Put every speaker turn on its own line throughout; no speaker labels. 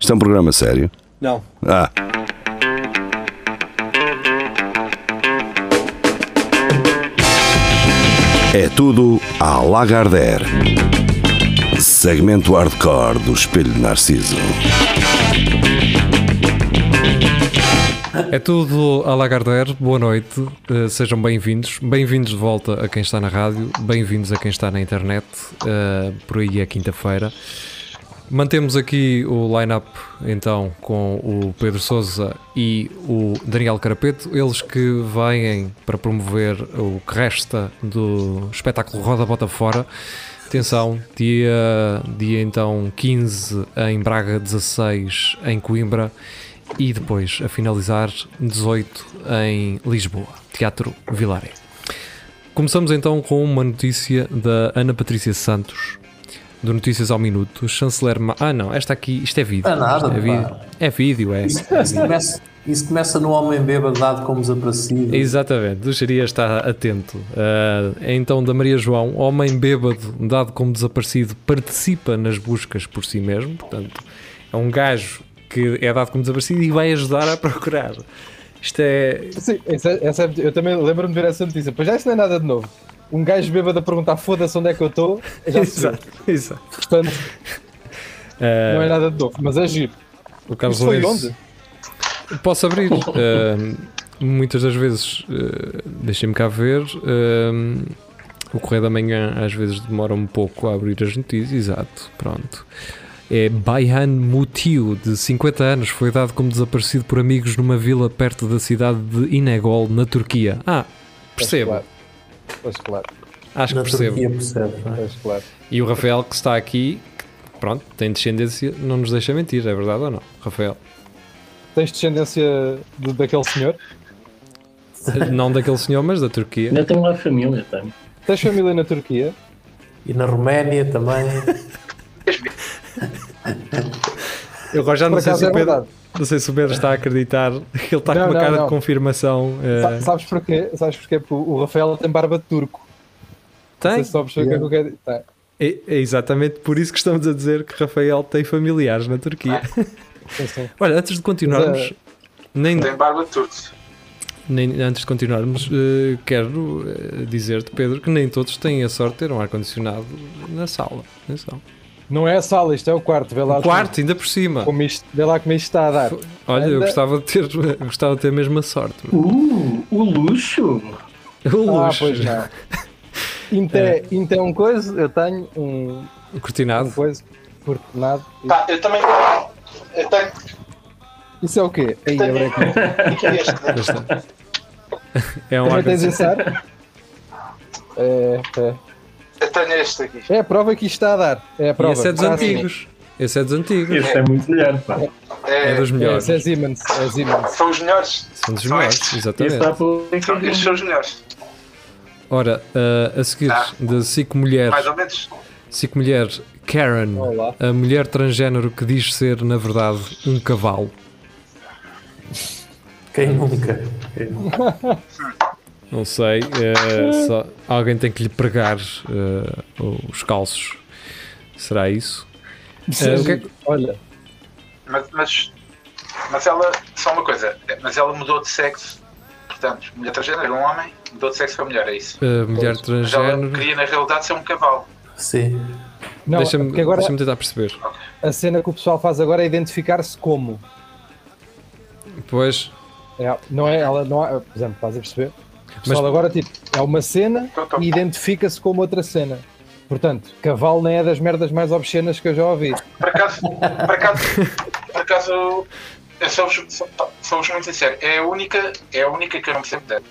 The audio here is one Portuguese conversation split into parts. Isto é um programa sério.
Não.
Ah, é tudo à Lagardère. Segmento hardcore do Espelho de Narciso.
É tudo a Lagardère, boa noite, eh, sejam bem-vindos. Bem-vindos de volta a quem está na rádio, bem-vindos a quem está na internet, eh, por aí é quinta-feira. Mantemos aqui o line-up então com o Pedro Souza e o Daniel Carapeto, eles que vêm para promover o que resta do espetáculo Roda Bota Fora. Atenção, dia, dia então 15 em Braga, 16 em Coimbra e depois a finalizar 18 em Lisboa, Teatro Vilare. Começamos então com uma notícia da Ana Patrícia Santos, do Notícias ao Minuto, chanceler. Ma ah, não, esta aqui, isto é vídeo.
É nada,
isto é,
pá.
vídeo. é vídeo, é.
Isso começa, isso começa no homem bêbado dado como desaparecido.
Exatamente, o Xaria está atento. Ah, é então, da Maria João, homem bêbado, dado como desaparecido, participa nas buscas por si mesmo. Portanto, é um gajo que é dado como desaparecido e vai ajudar a procurar. Isto é.
Sim, essa, essa é- eu também lembro-me de ver essa notícia. Pois já isso não é nada de novo. Um gajo bêbado a perguntar foda-se onde é que eu estou, já se vê.
Exato, exato.
Portanto,
Ah,
não é nada de novo. Mas é giro.
o Carlos
Isto foi
Lourenço-
onde?
é
Oh.
Posso abrir. Ahm, muitas das vezes, ah, deixem-me cá ver. ahm, o Correio da Manhã às vezes demora um pouco a abrir as notícias. Exato, pronto. É Baihan Mutiu, de 50 anos, foi dado como desaparecido por amigos numa vila perto da cidade de Inegol, na Turquia. Ah, percebo.
Claro. Pois claro,
Acho que
Na
percebo.
Turquia é? percebe.
pois claro.
E o Rafael, que está aqui, que, pronto, tem descendência, não nos deixa mentir, é verdade ou não? Rafael.
Tens descendência de- daquele senhor?
Não daquele senhor, mas da Turquia.
Ainda tenho lá família, tenho.
Tens família na Turquia?
E na Roménia também.
Eu agora já não
Por
sei,
acaso
se o
é
Pedro,
verdade.
não sei se o Pedro está a acreditar. Ele está
Não,
com uma
não,
cara
não.
de confirmação. eh,
Sa- Sabes porquê? Sabes porquê? Porque o o Rafael tem barba de turco.
tem?
Não sei se sabes o que é que eu quero dizer. Tá.
É, é exatamente por isso que estamos a dizer que Rafael tem familiares na Turquia.
Ah.
Sim, sim.
Olha, antes de continuarmos,
eh,
nem,
Tem barba de turco.
nem- antes de continuarmos, eh, quero eh, dizer-te, Pedro, que nem todos têm a sorte de ter um ar-condicionado na sala. Atenção.
Não é a sala, isto é o quarto. Vê lá,
Quarto, ainda por cima.
Como isto, vê lá como isto está a dar.
Olha, eu
Ainda-
gostava de ter, eu gostava de ter a mesma sorte.
Uh, o luxo!
O
Ah,
luxo.
pois não. Inté, Inté é um coisa, eu tenho um,
Cortinado.
um coisa, fortunado.
Tá, eu também. Eu tenho
Isso é o quê? Aí,
Então,
abre aqui.
aqui este.
Já está. É um
Também tens
ar-condicionado.
esse ar? É,
Eu tenho este aqui.
é. é a prova que isto está a dar. É a
E
prova.
esse é dos
Está assim.
antigos. Esse é dos antigos.
Esse é muito melhor, pá.
É, é-
É dos
É,
melhores.
esse é Siemens. É Siemens.
São os melhores.
São dos melhores,
Esse dá
exatamente.
para o
São, estes são os melhores.
Ora, eh, a seguir,
é- Ah.
da SIC Mulher,
Mais um. ou menos.
SIC Mulher Karen,
Olá.
a mulher transgénero que diz ser, na verdade, um cavalo.
Quem nunca?
Não sei,
Ah.
eh, só- alguém tem que lhe pregar eh, os calços. Será isso? Eh, o que é que-
Olha,
Mas, mas, mas ela. Só uma coisa. é, Mas ela mudou de sexo. Portanto, mulher transgênero era um homem, mudou de sexo para mulher, é isso.
eh, mulher
Mas ela
transgénero.
queria na realidade ser um cavalo.
Sim.
não,
Deixa-me
porque agora
deixa-me tentar perceber.
a cena que o pessoal faz agora é identificar-se como.
Pois,
É, não é, ela não é, por exemplo, estás a perceber? O pessoal
Mas-
agora tipo, é uma cena
Tô, tô.
e identifica-se como outra cena. Portanto, cavalo nem é das merdas mais obscenas que eu já ouvi.
Por acaso. Por acaso. Por acaso. Eu sou-vos sou, sou muito sincero. É a única. É a única que eu não percebo de-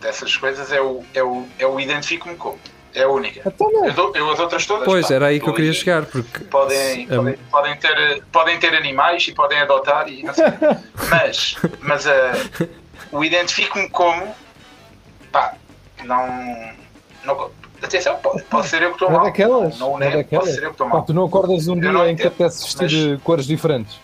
dessas coisas. É o. É o. É o identifico-me como. É a única.
Então não.
Eu, dou, eu as outras todas.
pois,
pá,
era aí que eu
dou
queria
e-
chegar, é porque
podem,
a-
podem, podem ter, podem ter animais e podem adotar e não sei. mas mas eh, o identifico-me como pá, não, não atenção, pode, pode ser eu que estou
Não
mal
é daquelas?
não o
é
nego,
daquelas?
pode ser eu que estou
Pá,
mal
tu não acordas um
Eu
dia
não
em que
entendo,
apetece vestir de cores diferentes.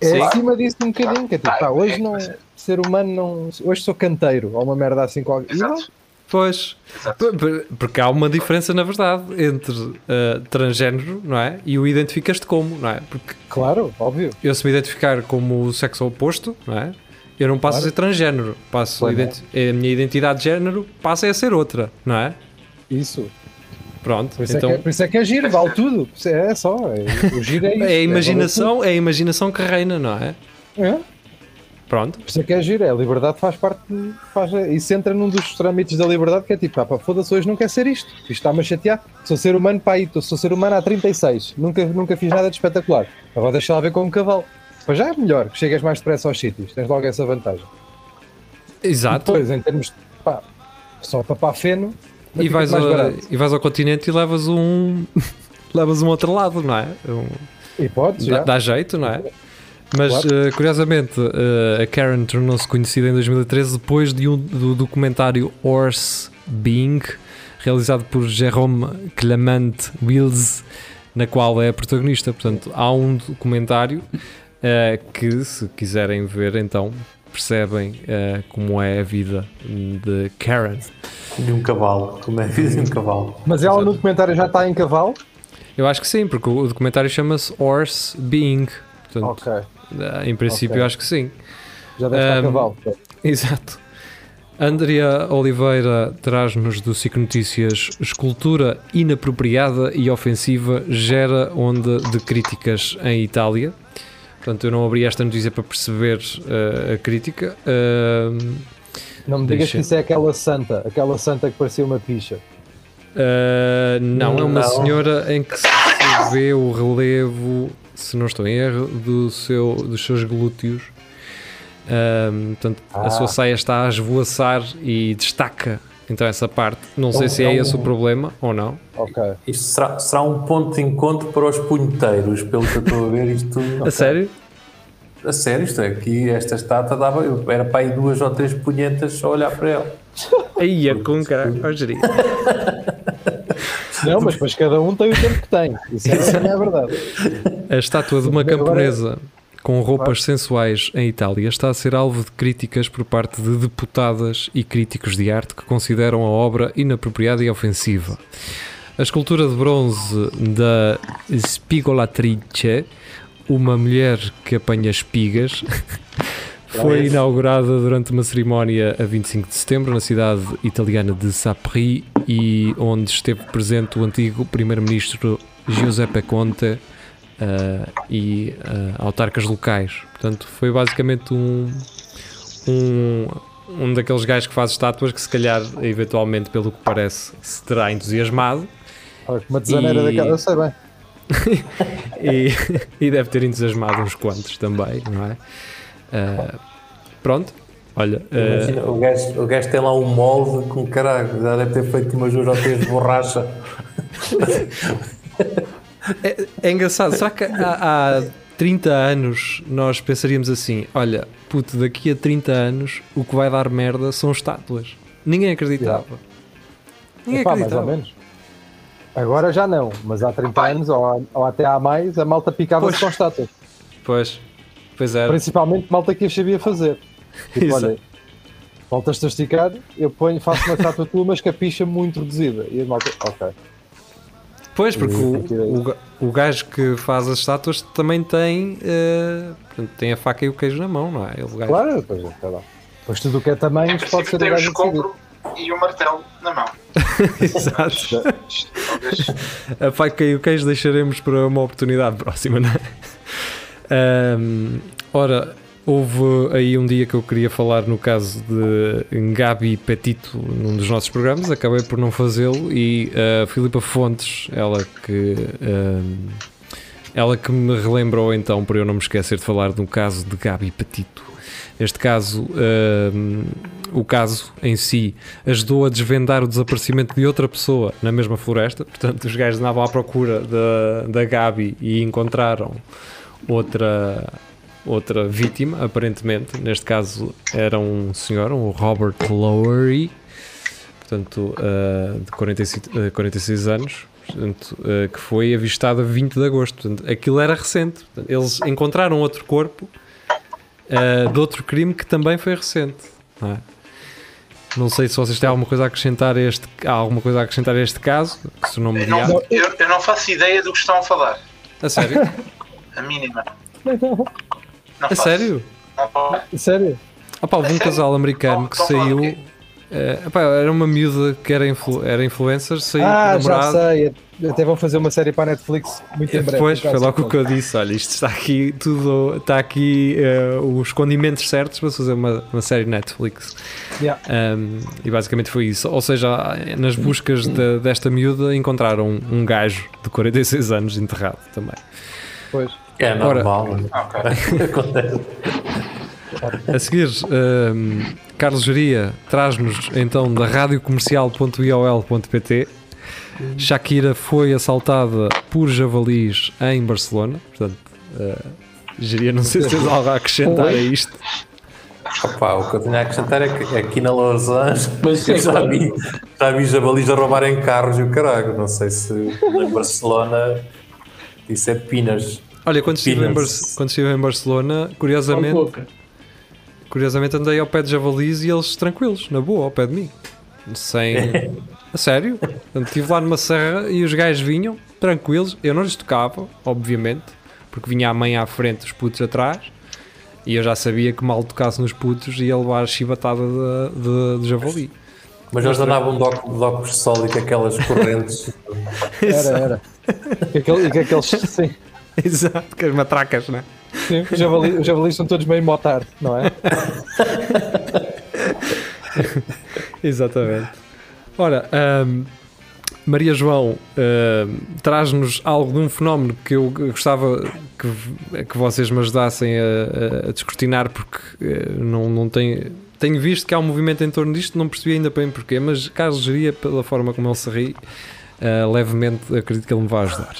É
Sim.
acima disso um bocadinho, que é tipo,
Pá,
pá, hoje
é,
não,
mas é.
ser humano não, hoje sou canteiro, ou uma merda assim qualquer. E
Exato.
não,
Pois.
Exato.
P- Porque há uma diferença, na verdade, entre ah, transgénero, não é? E o identificas-te como, não é? Porque
Claro, óbvio.
eu se me identificar como o sexo oposto, não é? Eu não passo a ser transgénero. Passo a,
Pois não.
identi- é a minha identidade de género passa a ser outra, não é?
Isso.
Pronto.
Por isso,
então
é, que, por isso é que é giro, vale tudo. Por isso É, é só. é- o giro é isso.
é a
é,
imaginação, é a imaginação que reina, não é?
vale tudo. É,
Pronto.
Por isso é que é giro, é, a liberdade faz parte. de- Faz, isso entra num dos trâmites da liberdade que é tipo, ah, pá, foda-se, hoje não quer ser isto. Isto está-me a chatear. Sou ser humano para aí, tô- sou ser humano há 36. Nunca, nunca fiz nada de espetacular. Agora deixa lá ver com um cavalo. Pois já é melhor, que chegas mais depressa aos sítios. Tens logo essa vantagem.
Exato.
Depois, em termos de. Pá, só papá feno.
então- E vais,
é mais
a-
barato.
e vais ao continente e levas um. levas um outro lado, não é? Um-
E podes,
dá,
já.
dá jeito, não é? Mas eh, curiosamente, eh, a Karen tornou-se conhecida em 2013 depois de um, do documentário Horse Being, realizado por Jerome Clement Wills, na qual é a protagonista. Portanto, há um documentário eh, que, se quiserem ver, então percebem eh, como é a vida de Karen.
De um cavalo, como é a vida de um cavalo.
Mas ela no documentário já está em cavalo.
Eu acho que sim, porque o documentário chama-se Horse Being. Portanto,
Ok.
eh, em princípio,
Ok.
eu acho que sim.
Já deve estar a
Ahm,
cavalo.
Exato. Andrea Oliveira traz-nos do SIC Notícias Escultura inapropriada e ofensiva gera onda de críticas em Itália. Portanto, eu não abri esta notícia para perceber eh, a crítica. Ahm,
Não me digas
deixa.
que isso é aquela santa, aquela santa que parecia uma picha.
Uh, não, é uma
Não.
senhora em que se vê o relevo, se não estou em erro, do seu, dos seus glúteos. Um, portanto, a sua saia está a esvoaçar e destaca então essa parte. Não sei se é esse o problema ou não.
Ok.
Isto será, será um ponto de encontro para os punheteiros, pelo que eu estou a ver. Isto,
A sério?
a sério, isto é que esta estátua dava. Era para aí duas ou três punhetas só olhar para ela.
Aí é com cara. ó, geri.
Não, mas depois cada um tem o tempo que tem. Isso é, isso não é verdade.
A estátua de uma camponesa com roupas sensuais em Itália está a ser alvo de críticas por parte de deputadas e críticos de arte que consideram a obra inapropriada e ofensiva. A escultura de bronze da Spigolatrice, uma mulher que apanha espigas, foi inaugurada durante uma cerimónia a 25 de setembro na cidade italiana de Sapri e onde esteve presente o antigo primeiro-ministro Giuseppe Conte ah, e ah, autarcas locais. Portanto, foi basicamente um, um, um daqueles gajos que faz estátuas que se calhar, eventualmente, pelo que parece, se terá entusiasmado
Olha, Uma desaneira
E-
daquela, eu sei bem.
e, e deve ter entusiasmado uns quantos também, não é? Ah, pronto, olha, ah,
Imagina, o, gajo, o gajo tem lá um molde com caralho, já deve ter feito umas duas ou três de borracha.
É, é engraçado, será que há, há 30 anos nós pensaríamos assim: olha, puto, daqui a 30 anos o que vai dar merda são estátuas. Ninguém acreditava. Ninguém
Epá, mais ou
acreditava.
menos. Agora já não, mas há 30 anos ou, há- ou até há mais, a malta picava-se
Pois.
com estátuas.
Pois, pois era.
Principalmente malta que as sabia fazer. Tipo,
Exato.
olha, voltas-te a esticar, eu ponho, faço uma estátua tua, mas com a picha muito reduzida. E a malta, ok.
Pois, porque
tem que ir aí.
o, o, ga- o gajo que faz as estátuas também tem, eh, portanto, tem a faca e o queijo na mão, não é? Ele, o gajo-
Claro, pois, é, sei lá. Pois tudo o que é
Em
tamanhos pode
princípio
ser
tem o
agregado em seguida.
escombro e o martelo na mão.
Exato. a faca e o queijo deixaremos para uma oportunidade próxima, não é? Ahm, ora, houve aí um dia que eu queria falar no caso de Gabi Petito num dos nossos programas, acabei por não fazê-lo e a Filipa Fontes, ela que. ahm, ela que me relembrou então, para eu não me esquecer de falar do caso de Gabi Petito. Este caso, ahm, o caso em si, ajudou a desvendar o desaparecimento de outra pessoa na mesma floresta. Portanto, os gajos andavam à procura da, da Gabi e encontraram outra, outra vítima, aparentemente. Neste caso era um senhor, o Robert Lowery, portanto, ah, de 46, ah, 46 anos. Portanto, ah, que foi avistado a 20 de agosto. Portanto, aquilo era recente. Portanto, Eles encontraram outro eh, corpo ah, de outro crime que também foi recente. não é? Não sei se vocês têm alguma coisa a acrescentar a este, há alguma coisa a acrescentar a este caso, se não me
Eu não,
diabo.
eu, eu não faço ideia do que estão a falar.
A sério?
A mínima.
Não,
Não
A
faço.
É sério?
Não faço.
Então, sério?
Ah pá, houve um casal americano que
Estão a falar do
saiu.
quê?
eh, pá, era uma miúda que era, influ- era influencer, saiu
Ah,
com o
já
namorado.
sei. Até vão fazer uma série para a Netflix muito em breve.
Depois
por
foi
acaso.
logo o que eu disse: olha, isto está aqui tudo, está aqui eh, os condimentos certos para se fazer uma, uma série Netflix.
Yeah.
Um, e basicamente foi isso. Ou seja, nas buscas da- desta miúda encontraram um gajo de 46 anos enterrado também.
Pois.
É
Ora.
normal. é?
Ah, ok.
Acontece.
A seguir, um, Carlos Geria traz-nos então da radiocomercial.iol.pt Shakira foi assaltada por javalis em Barcelona. Portanto, uh, Geria, não sei se tens algo a acrescentar a isto.
Opa, o que eu tinha a acrescentar é que aqui na Los Angeles
Mas
eu
é
já
claro.
vi, já vi javalis a roubarem carros e o caralho. Não sei se na Barcelona isso é pinas.
Olha, quando estive, em Bar-
Pinas.
quando estive em Barcelona,
Tão
curiosamente,
pouca.
Curiosamente andei ao pé de javalis e eles tranquilos, na boa, ao pé de mim. Sem. A sério? Portanto, estive lá numa serra e os gajos vinham, tranquilos. Eu não lhes tocava, obviamente, porque vinha a mãe à frente, os putos atrás. E eu já sabia que mal tocasse nos putos ia levar a chibatada de, de, de javali.
Mas eles andavam de óculos, de óculos de sol e com aquelas correntes.
Era, era. E aquele- e que aqueles. Sim.
Exato, que as matracas, não é?
sim. Os, javali, os javalis são todos meio motar, não é?
Exatamente. Ora, ahm, Maria João ahm, traz-nos algo de um fenómeno que eu gostava que, v- que vocês me ajudassem a, a- a descortinar, porque eh, não, não tenho, tenho visto que há um movimento em torno disto, não percebi ainda bem porquê, mas Carlos Geria, pela forma como ele se ri, ah, levemente acredito que ele me vai ajudar.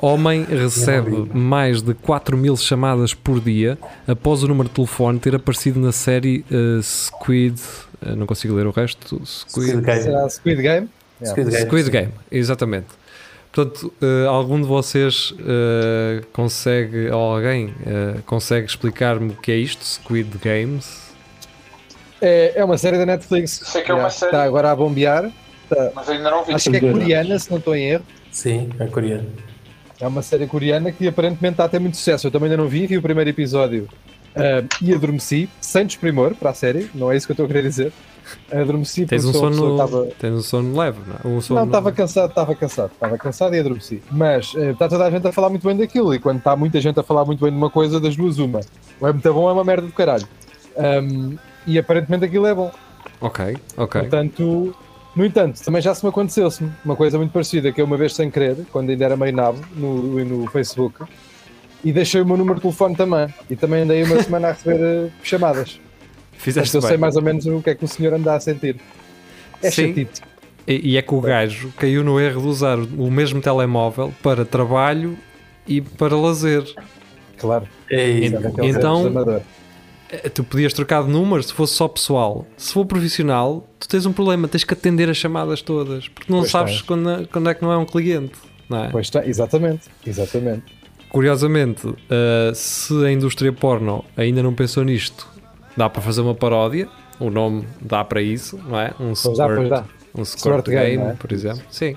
Homem recebe mais de 4 mil chamadas por dia após o número de telefone ter aparecido na série ah, Squid. ah, não consigo ler o resto. Squid,
Squid
É.
Game.
Será Squid Game? Yeah.
Squid Game.
Squid Game, exatamente. Portanto, eh, algum de vocês eh, consegue, ou alguém eh, consegue explicar-me o que é isto? Squid Games?
É, é uma série da Netflix.
Sei que é uma série.
Está agora a bombear.
Mas ainda não vi.
Acho que é coreana, se não estou em erro.
Sim, é coreano.
É uma série coreana que aparentemente está a ter muito sucesso. Eu também ainda não vi, vi o primeiro episódio ah, e adormeci, sem desprimor para a série, não é isso que eu estou a querer dizer. Adormeci
Tens um
porque sou uma pessoa
sono,
que estava-
tens um sono leve, não é? Um sono-
Não, estava cansado, estava cansado, estava cansado e adormeci. Mas eh, está toda a gente a falar muito bem daquilo, e quando está muita gente a falar muito bem de uma coisa, das duas uma. Ou é muito bom ou é uma merda do caralho. Ahm, e aparentemente aquilo é bom.
Ok, ok.
Portanto, no entanto, também já se me aconteceu-se uma coisa muito parecida, que eu uma vez sem querer, quando ainda era meio nabo, no, no Facebook, e deixei o meu número de telefone também. E também andei uma semana a receber eh, chamadas. Portanto,
Fizeste
eu sei
bem.
mais ou menos o que é que o senhor anda a sentir. É
Sim.
chatito.
E, e é que o gajo caiu no erro de usar o mesmo telemóvel para trabalho e para lazer.
Claro.
É isso.
sabe, aquele
Então-
serviço amador.
Eh, Tu podias trocar de número se fosse só pessoal. Se for profissional, tu tens um problema, tens que atender as chamadas todas, porque não
Pois
sabes
tens.
quando, é- quando é que não é um cliente. Não é?
Pois está, exatamente, exatamente.
Curiosamente, eh, se a indústria porno ainda não pensou nisto, dá para fazer uma paródia. O nome dá para isso, não é? Um
Pois dá, pois dá.
um squirt
Squirt game,
game,
não é?
por exemplo. Sim.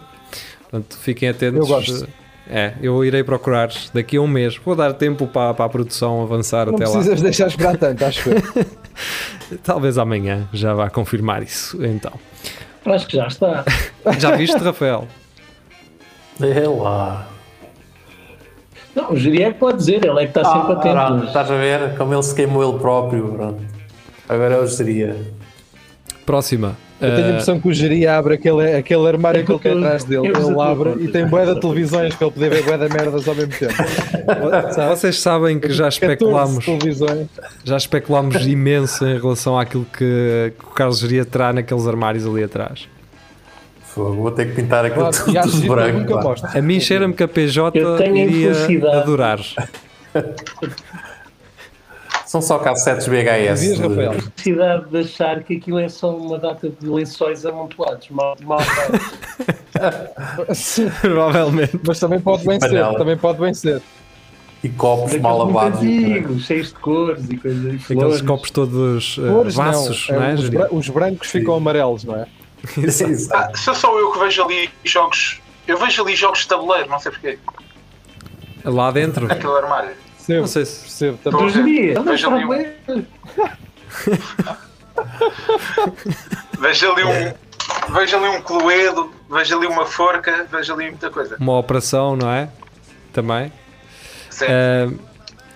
Portanto, fiquem atentos.
Eu gosto.
É, eu irei procurar daqui a um mês. Vou dar tempo para, para a produção avançar
Não
até
precisas deixar esperar tanto, acho eu.
lá. Talvez amanhã já vá confirmar isso, então.
Acho que já está.
Já viste, Rafael?
É lá.
Não, o Jiri é que pode dizer, ele é que está sempre atento.
Pronto,
mas-
estás a ver como ele se queimou ele próprio. Pronto. Agora eu seria.
Próxima.
Eu tenho a
Ah,
impressão que o Jiri abre aquele, aquele armário
É
que ele
porque
tem
eu-
atrás dele.
eu uso a
Ele
tua
abre
conta,
e tem
já.
bué de televisões para ele poder ver bué de merdas ao mesmo tempo. É
vocês sabem que já
14
especulámos,
televisões.
já especulámos imenso em relação àquilo que, que o Carlos iria terá naqueles armários ali atrás.
Fogo, vou ter que pintar aquilo
Claro,
tudo,
e acho
de
que eu
branco.
nunca
pá.
mostro.
A mim cheira-me que a PJ
Eu tenho a
iria
infelicidade.
adorar.
São só cassetes BHS.
Dias, Rafael.
ah.
necessidade de achar que aquilo é só uma data de lençóis amontoados. Mal, mal
Sim,
Provavelmente.
Mas também pode bem ser,
Panela.
também pode bem ser.
e copos
Daqueles
mal
muito
lavados. e o caralho.
antigos, cheios de cores e coisas. e
Aqueles
flores.
copos todos eh,
Cores,
vassos,
não,
não é?
é,
um
os,
Jeria?
bra- os brancos ficam amarelos, não é?
Exato.
Ah, sou só eu que vejo ali jogos. Eu vejo ali jogos de tabuleiro, não sei porquê.
Lá dentro.
Aquele armário.
Percebo,
Não sei se.
percebo também.
Tô-
Dos dias.
Veja ali um- Vejo ali um. Vejo ali um cluedo, vejo ali uma forca, vejo ali muita coisa.
Uma operação, não é? Também.
Sim.
Ah,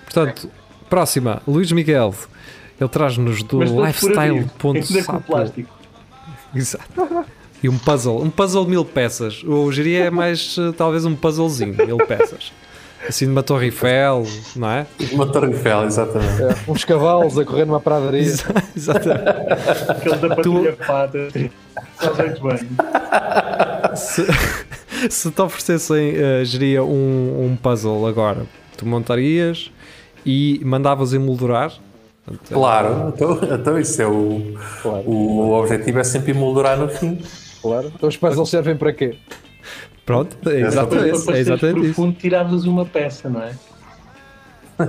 portanto, próxima, Luís Miguel. Ele traz-nos do
Mas todos por
lifestyle.
aviso. Tem que ver é com o plástico.
Exato. E um puzzle. Um puzzle de mil peças. O Giri é mais, eh, talvez, um puzzlezinho de mil peças. Assim, de uma Torre Eiffel, não é?
Uma torre Eiffel, exatamente.
É, uns cavalos a correr numa pradaria.
Exatamente.
Aquele da patrulha pata.
É
Faz muito bem.
Se, se te oferecessem, eh, Geria, um, um puzzle agora, tu montarias e mandavas emoldurar. Portanto,
Claro, então, então isso é o,
Claro.
o objetivo é sempre emoldurar no fim.
Claro. Então os puzzles servem para quê?
Pronto, é exatamente, é
Para
exatamente isso. Então,
profundo, tiravas uma peça, não é?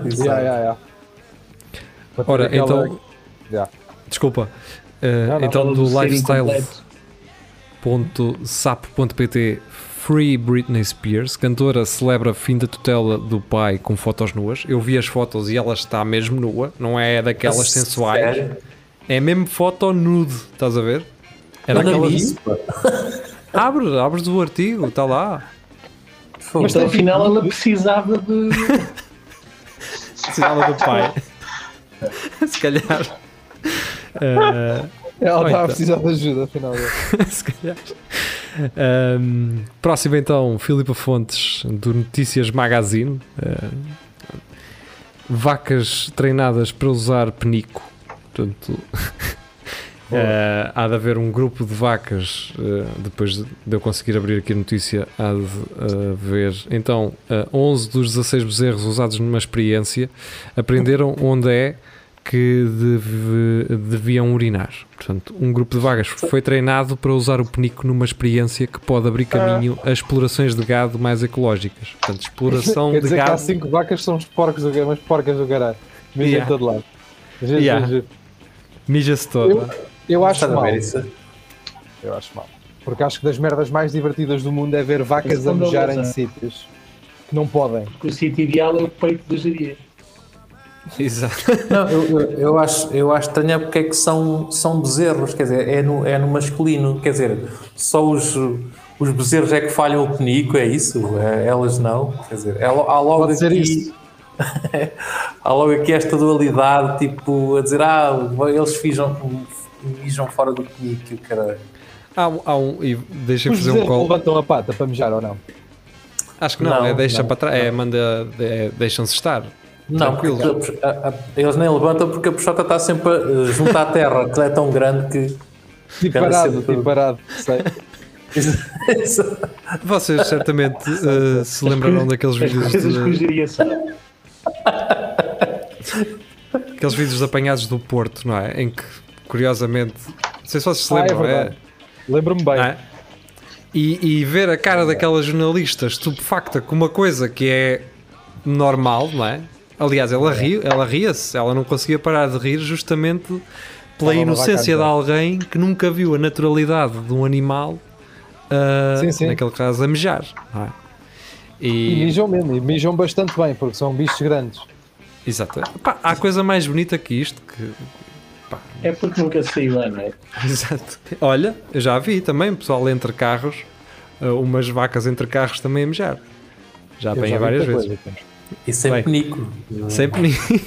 Exato.
Yeah, yeah, yeah. Para ter
Ora,
aquela-
então,
Yeah.
desculpa.
Não,
eh,
não,
então,
Aquela
do
ser
lifestyle.
incompleto.
www.sapo.pt Free Britney Spears, cantora celebra fim da tutela do pai com fotos nuas. Eu vi as fotos e ela está mesmo nua, não é daquelas sensuais.
Sério?
É mesmo foto nude, estás a ver? É
Manda-me
daquelas.
isso, pá.
Abre, abres o artigo, está lá.
Fogo.
Mas Então,
Então,
afinal ela precisava de.
Precisava do pai. Se calhar. Ah,
Ela estava
então.
a precisar de ajuda, afinal. é.
se calhar. Ahm, próximo então, Filipa Fontes, do Notícias Magazine. Ah, vacas treinadas para usar penico. Portanto, ah, há de haver um grupo de vacas. ah, depois de eu conseguir abrir aqui a notícia, há de ah, haver. Então, ah, 11 dos 16 bezerros usados numa experiência aprenderam onde é que deve- deviam urinar. Portanto, um grupo de vagas foi treinado para usar o penico numa experiência que pode abrir
Ah.
caminho a explorações de gado mais ecológicas. Portanto, exploração
Quer
de
dizer que há
gado.
cinco vacas que são os porcos do, umas porcas do caralho. Mesmo
Yeah.
em todo lado. Giro,
Yeah.
giro, giro.
Mija-se toda.
Eu acho
Estás a
mal.
ver isso?
Eu acho mal. Porque acho que das merdas mais divertidas do mundo é ver vacas
Isso
a
quando
mejar em
elas, é.
sítios que não podem.
O sítio ideal é o peito do geria.
Exato.
Não, eu, eu- eu acho, eu acho estranho é porque é que são, são bezerros, quer dizer, é no, é no masculino, quer dizer, só os, os bezerros é que falham o penico, é isso? É, elas não? Quer dizer, é lo- há logo
Pode ser
aqui.
isso.
há logo aqui esta dualidade, tipo, a dizer, ah, eles fijam, mijam fora do penico, e o caralho.
Há, um- há um. e Deixa-me
Os
fazer um
bezerros
call.
levantam a pata para mejar ou não.
Acho que não,
Não,
é deixa
não,
para trás. É manda. é deixam-se estar.
Não, porque
Tranquilo.
a- a- a- eles nem levantam porque a puxota está sempre eh, junto à terra, que é tão grande que.
Tipo
Deve
parado,
ser
tipo
tudo.
parado. Sei. é
Vocês certamente eh, se lembrarão daqueles
As
vídeos
coisas que o
de,
geria sabe.
aqueles vídeos de apanhados do Porto, não é? Em que, curiosamente, não sei se vocês se
Ah, é
lembram, é,
verdade. Lembro-me bem.
não é? E, e ver a cara daquela jornalista estupefacta com uma coisa que é normal, não é? Aliás, ela ri, ela ria-se, ela não conseguia parar de rir justamente pela
Estava uma
inocência de
vaca a
alguém que nunca viu a naturalidade de um animal, ah,
Sim, sim.
naquele caso, a mejar. não é?
E
E,
mijam mesmo, e mijam bastante bem, porque são bichos grandes.
exato. Pá, há coisa mais bonita que isto, que
É porque nunca saiu lá, não é?
Exato. Olha, eu já vi também pessoal entre carros, eh, umas vacas entre carros também a mejar. Já
Eu
apanhei
já vi
várias
muita
vezes.
coisa, é? então.
E sem
Bem.
penico.
Sempre nico.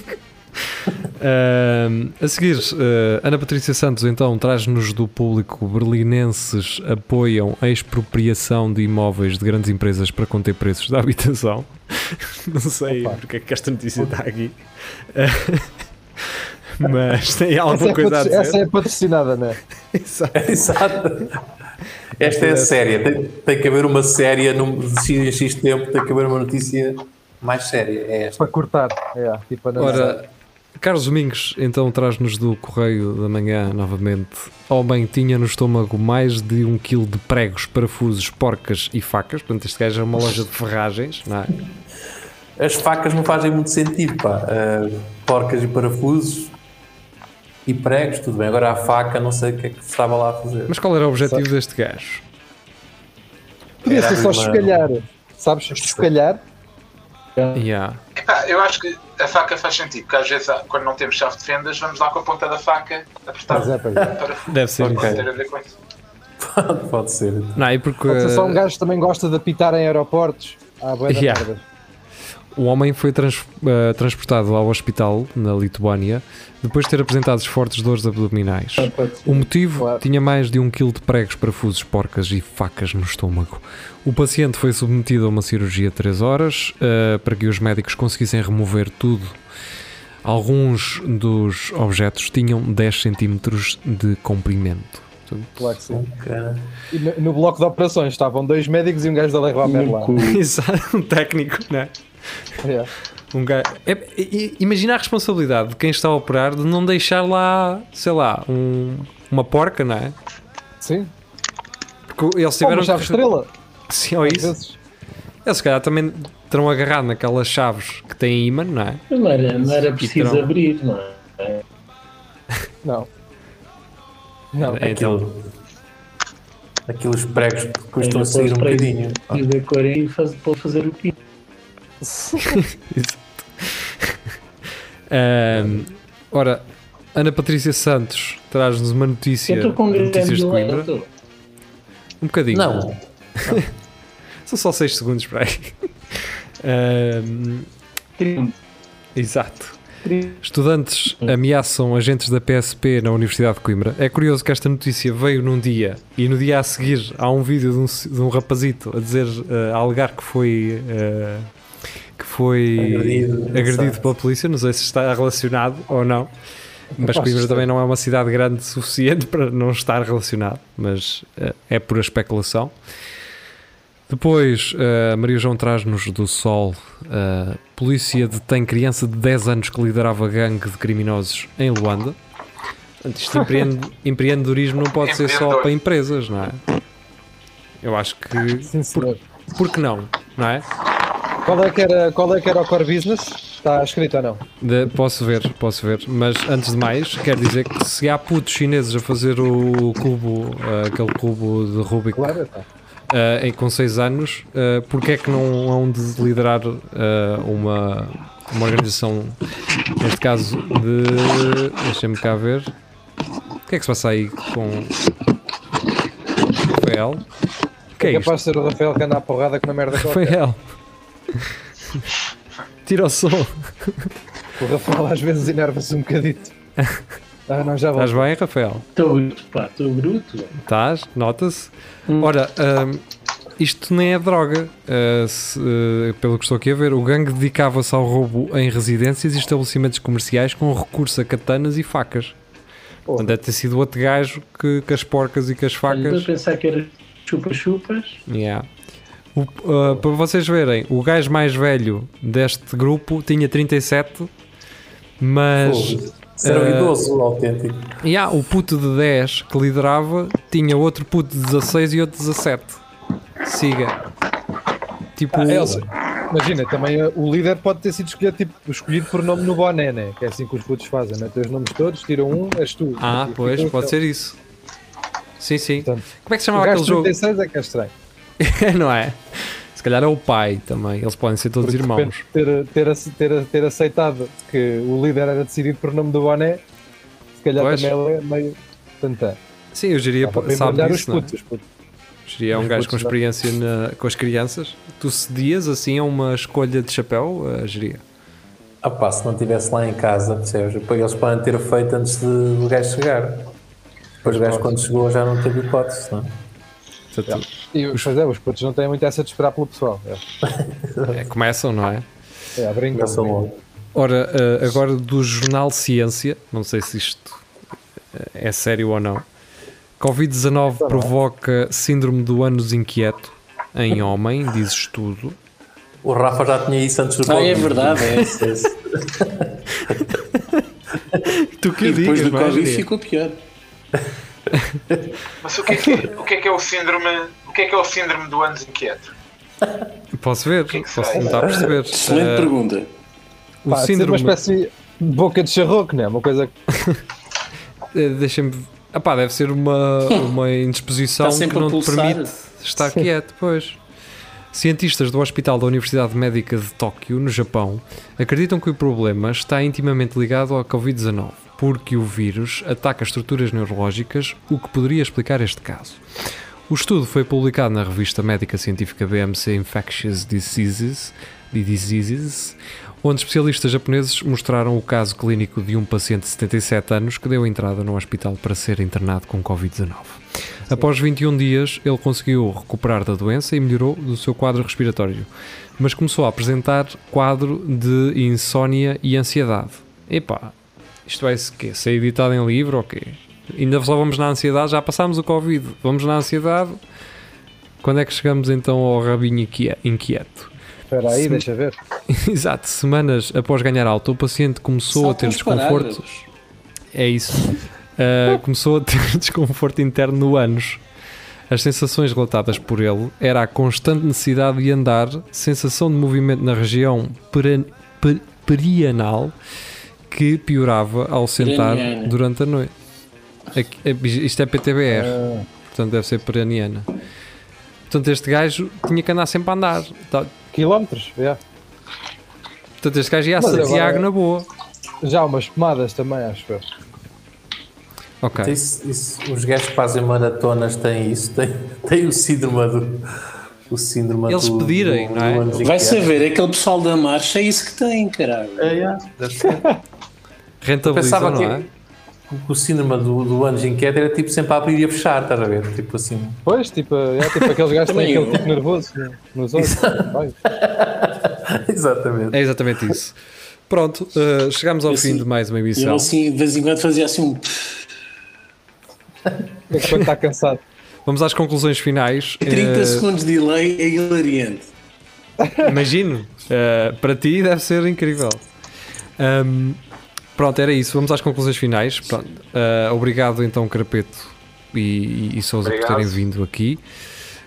Ahm, a seguir, eh, Ana Patrícia Santos então traz-nos do público berlinenses apoiam a expropriação de imóveis de grandes empresas para conter preços da habitação. Não sei porque é que esta notícia está aqui. Eh, mas tem
Essa
alguma
é,
coisa a
patro-
dizer.
essa é patrocinada, não é?
Exato.
Exato. Esta é a séria. Tem, tem que haver uma séria num de X em X tempo, tem que haver uma notícia mais séria. É esta.
Para cortar. É, tipo, não
Ora, Carlos Domingos então traz-nos do Correio da Manhã novamente. Homem tinha no estômago mais de um quilo de pregos, parafusos, porcas e facas. Portanto, este gajo é uma loja de ferragens, não é?
as facas não fazem muito sentido, pá. Ah, porcas e parafusos e pregos, tudo bem. Agora a faca, não sei o que é que se estava lá a fazer.
Mas qual era o objetivo deste gajo?
Podia
Era
ser só
uma-
chocalhar. Sabes? Chocalhar. Ah.
Yeah.
Epá, eu acho que a faca faz sentido, porque às vezes, há- quando não temos chave de fendas, vamos lá com a ponta da faca apertar
Pois é, pois é.
para
Deve ser
Pode
Ok.
ter a ver com isso.
Pode ser. então.
Não, e porque
Pode ser só um
uh,
gajo que também gosta de apitar em aeroportos. Ah, boa
Yeah.
merda.
o homem foi trans- uh, transportado ao hospital na Lituânia depois de ter apresentado fortes dores abdominais. O motivo
Claro.
tinha mais de um quilo de pregos, parafusos, porcas e facas no estômago. O paciente foi submetido a uma cirurgia de 3 horas eh, para que os médicos conseguissem remover tudo. Alguns dos objetos tinham 10 centímetros de comprimento.
Claro que sim.
Ok.
E no, no bloco de operações estavam dois médicos e um gajo da Lei Robert lá.
Exato, um técnico, né?
Yeah.
Um gajo. É, i- imagina a responsabilidade de quem está a operar de não deixar lá, sei lá, um- uma porca, não é?
Sim.
Porque eles
Ou
tiveram.
uma chave
que-
estrela.
Sim, ou
às
isso.
vezes.
Eles, se calhar, também terão agarrado naquelas chaves que têm imã, não é?
Não era, não era preciso
Pitrão.
abrir, não é?
Não. Não.
Então,
Aquilo, aqueles pregos que custam
Ainda
a sair um
pôs para ir-
bocadinho.
ir da coreia e faz, pôs fazer o pino.
ahm, ora, Ana Patrícia Santos traz-nos uma notícia
Eu estou com um
de
grande
notícias de
delay, não
Coimbra.
estou?
Um bocadinho.
Não,
São só 6 segundos para aí. Ahm,
Trinta,
exato.
trinta.
Estudantes ameaçam agentes da PSP na Universidade de Coimbra. É curioso que esta notícia veio num dia e no dia a seguir há um vídeo de um, se- de um rapazito a dizer, eh, a alegar que foi. eh, que foi
Agredido,
agredido
exato.
pela polícia, não sei se está relacionado ou não, mas Coimbra também não é uma cidade grande o suficiente para não estar relacionado, mas eh, é pura especulação. Depois, eh, Maria João traz-nos do Sol. eh, polícia detém criança de 10 anos que liderava gangue de criminosos em Luanda. Portanto, Isto empreende- empreendedorismo não pode ser só
Empreendedor.
para empresas, não é? Eu acho que.
Sim, senhor.
Por que não? Não é?
Qual é, que era, qual é que era o core business? Está escrito ou não?
De- posso ver, posso ver. Mas antes de mais, quero dizer que se há putos chineses a fazer o cubo, eh, aquele cubo de Rubik
Claro, é está.
eh, em- com 6 anos, eh, porque é que não hão de liderar eh, uma, uma organização, neste caso de. Deixa-me cá ver. O que é que se passa aí com. Rafael? O que é
É
isto?
capaz de ser o Rafael que anda à porrada com uma merda qualquer.
Rafael! Tira o som!
O Rafael às vezes enerva-se um bocadito. Ah, não, já
Estás
volto.
bem, Rafael?
Estou bruto, pá, estou bruto.
Estás? Nota-se? Ora, ahm, isto nem é droga, ah, se, ah, pelo que estou aqui a ver. O gangue dedicava-se ao roubo em residências e estabelecimentos comerciais com recurso a katanas e facas. Portanto, deve ter sido outro gajo que, que as porcas e que as
Olha, é- Estou a
facas.
pensar que era chupa-chupas.
Yeah. O- ah, para vocês verem, o gajo mais velho deste grupo tinha 37, mas
isso era um
Eh,
idoso autêntico.
E há o puto de 10 que liderava, tinha outro puto de 16 e outro de 17. Siga. Tipo,
Ah, Elsa, imagina, também eh, o líder pode ter sido escolhido, tipo, escolhido por nome no boné, né? Que é assim que os putos fazem, né? Tem os nomes todos, tiram um, és tu.
ah,
Tipo,
pois,
fica
pode
aquele-
ser isso. Sim, sim. Como
Portanto,
é que se
Então, o
chamava
gajo
aquele jogo?
36 é que é estranho.
não é? Se calhar é o pai também. Eles podem ser todos
Porque, de
irmãos.
repente, Ter, ter, ace- ter, ter aceitado que o líder era decidido por nome do boné, se calhar
Pois.
também ele é meio tantã.
Sim, eu diria,
Dá para
sabe
embrulhar os
disso, não é?
putos, os putos.
Geria é um
Os
gajo com
putos, não é?
experiência na- com as crianças. Tu cedias assim a uma escolha de chapéu, uh, geria?
Ah pá, se não estivesse lá em casa, percebes? Depois eles podem ter feito antes de, do gajo chegar. Depois o gajo quando chegou já não teve hipótese, não é?
Portanto,
E, pois é, os putos não têm muito essa de esperar pelo pessoal. É,
é, começam, não é?
é a brincar.
Começam logo.
Ora, eh, agora do jornal Ciência, não sei se isto eh, é sério ou não. Covid-19
Tá
provoca síndrome do ânus inquieto em homem, diz estudo.
O Rafa já tinha isso antes do
Ah,
Covid.
é verdade, é.
Isso, isso.
Tu que
E depois do Covid ficou pior.
Mas o que é que, o que, é, que é o síndrome? O que é que é o síndrome do ânus inquieto?
Posso ver,
que é que
posso
será?
tentar perceber.
Excelente
Eh,
pergunta.
o
Pá, ser uma
síndrome.
espécie de boca de charroco, não é? Uma coisa que
eh, Deixa-me. Ah pá, deve ser uma, uma indisposição
Está
um que
sempre a
não te
pulsar.
permite estar quieto, pois. Cientistas do Hospital da Universidade Médica de Tóquio, no Japão, acreditam que o problema está intimamente ligado ao Covid-19, porque o vírus ataca estruturas neurológicas, o que poderia explicar este caso. O estudo foi publicado na revista médica científica BMC Infectious Diseases, de Diseases, onde especialistas japoneses mostraram o caso clínico de um paciente de 77 anos que deu entrada no hospital para ser internado com Covid-19. Após 21 dias, ele conseguiu recuperar da doença e melhorou do seu quadro respiratório, mas começou a apresentar quadro de insónia e ansiedade. Epá, isto vai se quê? Ser editado em livro ou quê? Ainda só vamos na ansiedade, já passámos o Covid. Vamos na ansiedade. Quando é que chegamos então ao rabinho inquie- inquieto?
Espera aí,
Sim.
deixa ver.
Exato, semanas após ganhar alta, o paciente começou a
Saltam
ter
os
desconforto.
parágrafos.
É isso. Uh, começou a ter desconforto interno no ânus. As sensações relatadas por ele era a constante necessidade de andar, sensação de movimento na região peran- per- perianal que piorava ao sentar
Perianiana.
durante a noite. Aqui- Isto é PTBR, portanto deve ser peraniana. Portanto, este gajo tinha que andar sempre a andar. Tá-
Quilómetros, já.
Portanto, este gajo ia a
Mas
Santiago
agora-
na boa.
Já há umas pomadas também, acho eu.
Ok.
Isso, isso- os gajos que fazem maratonas têm isso, têm, têm o síndrome do. O síndrome
Eles
do,
pedirem, não é?
ânus
Vai
inquieto.
saber, aquele pessoal da marcha é isso que tem, caralho.
É, é.
Rentabiliza,
Pensava
não
que-
é?
O cinema do, do Anjo Inquieto era tipo sempre a abrir e a fechar, estás a ver? Tipo assim.
Pois, tipo, é tipo aqueles gajos que
Também
têm
eu.
aquele tipo nervoso né, nos olhos. Vai.
Exatamente.
É exatamente isso. Pronto, uh, chegamos ao
Eu
fim
sim.
de mais uma
E eu
emissão.
assim, de vez em quando fazia assim um.
É que quando está cansado.
Vamos às conclusões finais.
30
Uh,
É segundos de delay é hilariante.
Imagino. Uh, para ti deve ser incrível. Um, pronto, era isso. Vamos às conclusões finais. Pronto, uh, obrigado então, Carapeto e, e- e Souza por
Obrigado.
terem vindo aqui.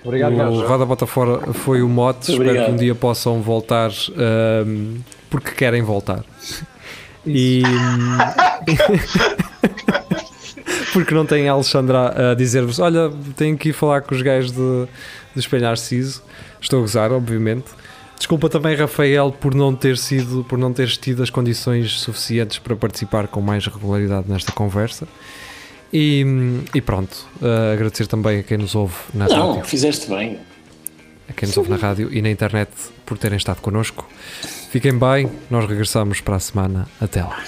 Obrigado,
o
gajo.
Roda Bota Fora foi o mote.
Muito
Espero que um
obrigado.
dia possam voltar um, porque querem voltar. E. hum, porque não tem a Alexandra a dizer-vos: Olha, tenho que ir falar com os gajos de, de Espelho Narciso. Estou a gozar, obviamente. Desculpa também, Rafael, por não ter sido, por não teres tido as condições suficientes para participar com mais regularidade nesta conversa. E, hum, e pronto, eh, agradecer também a quem nos ouve na
Não,
rádio,
fizeste bem.
a quem nos ouve na rádio e na internet por terem estado connosco. Fiquem bem, nós regressamos para a semana. Até lá.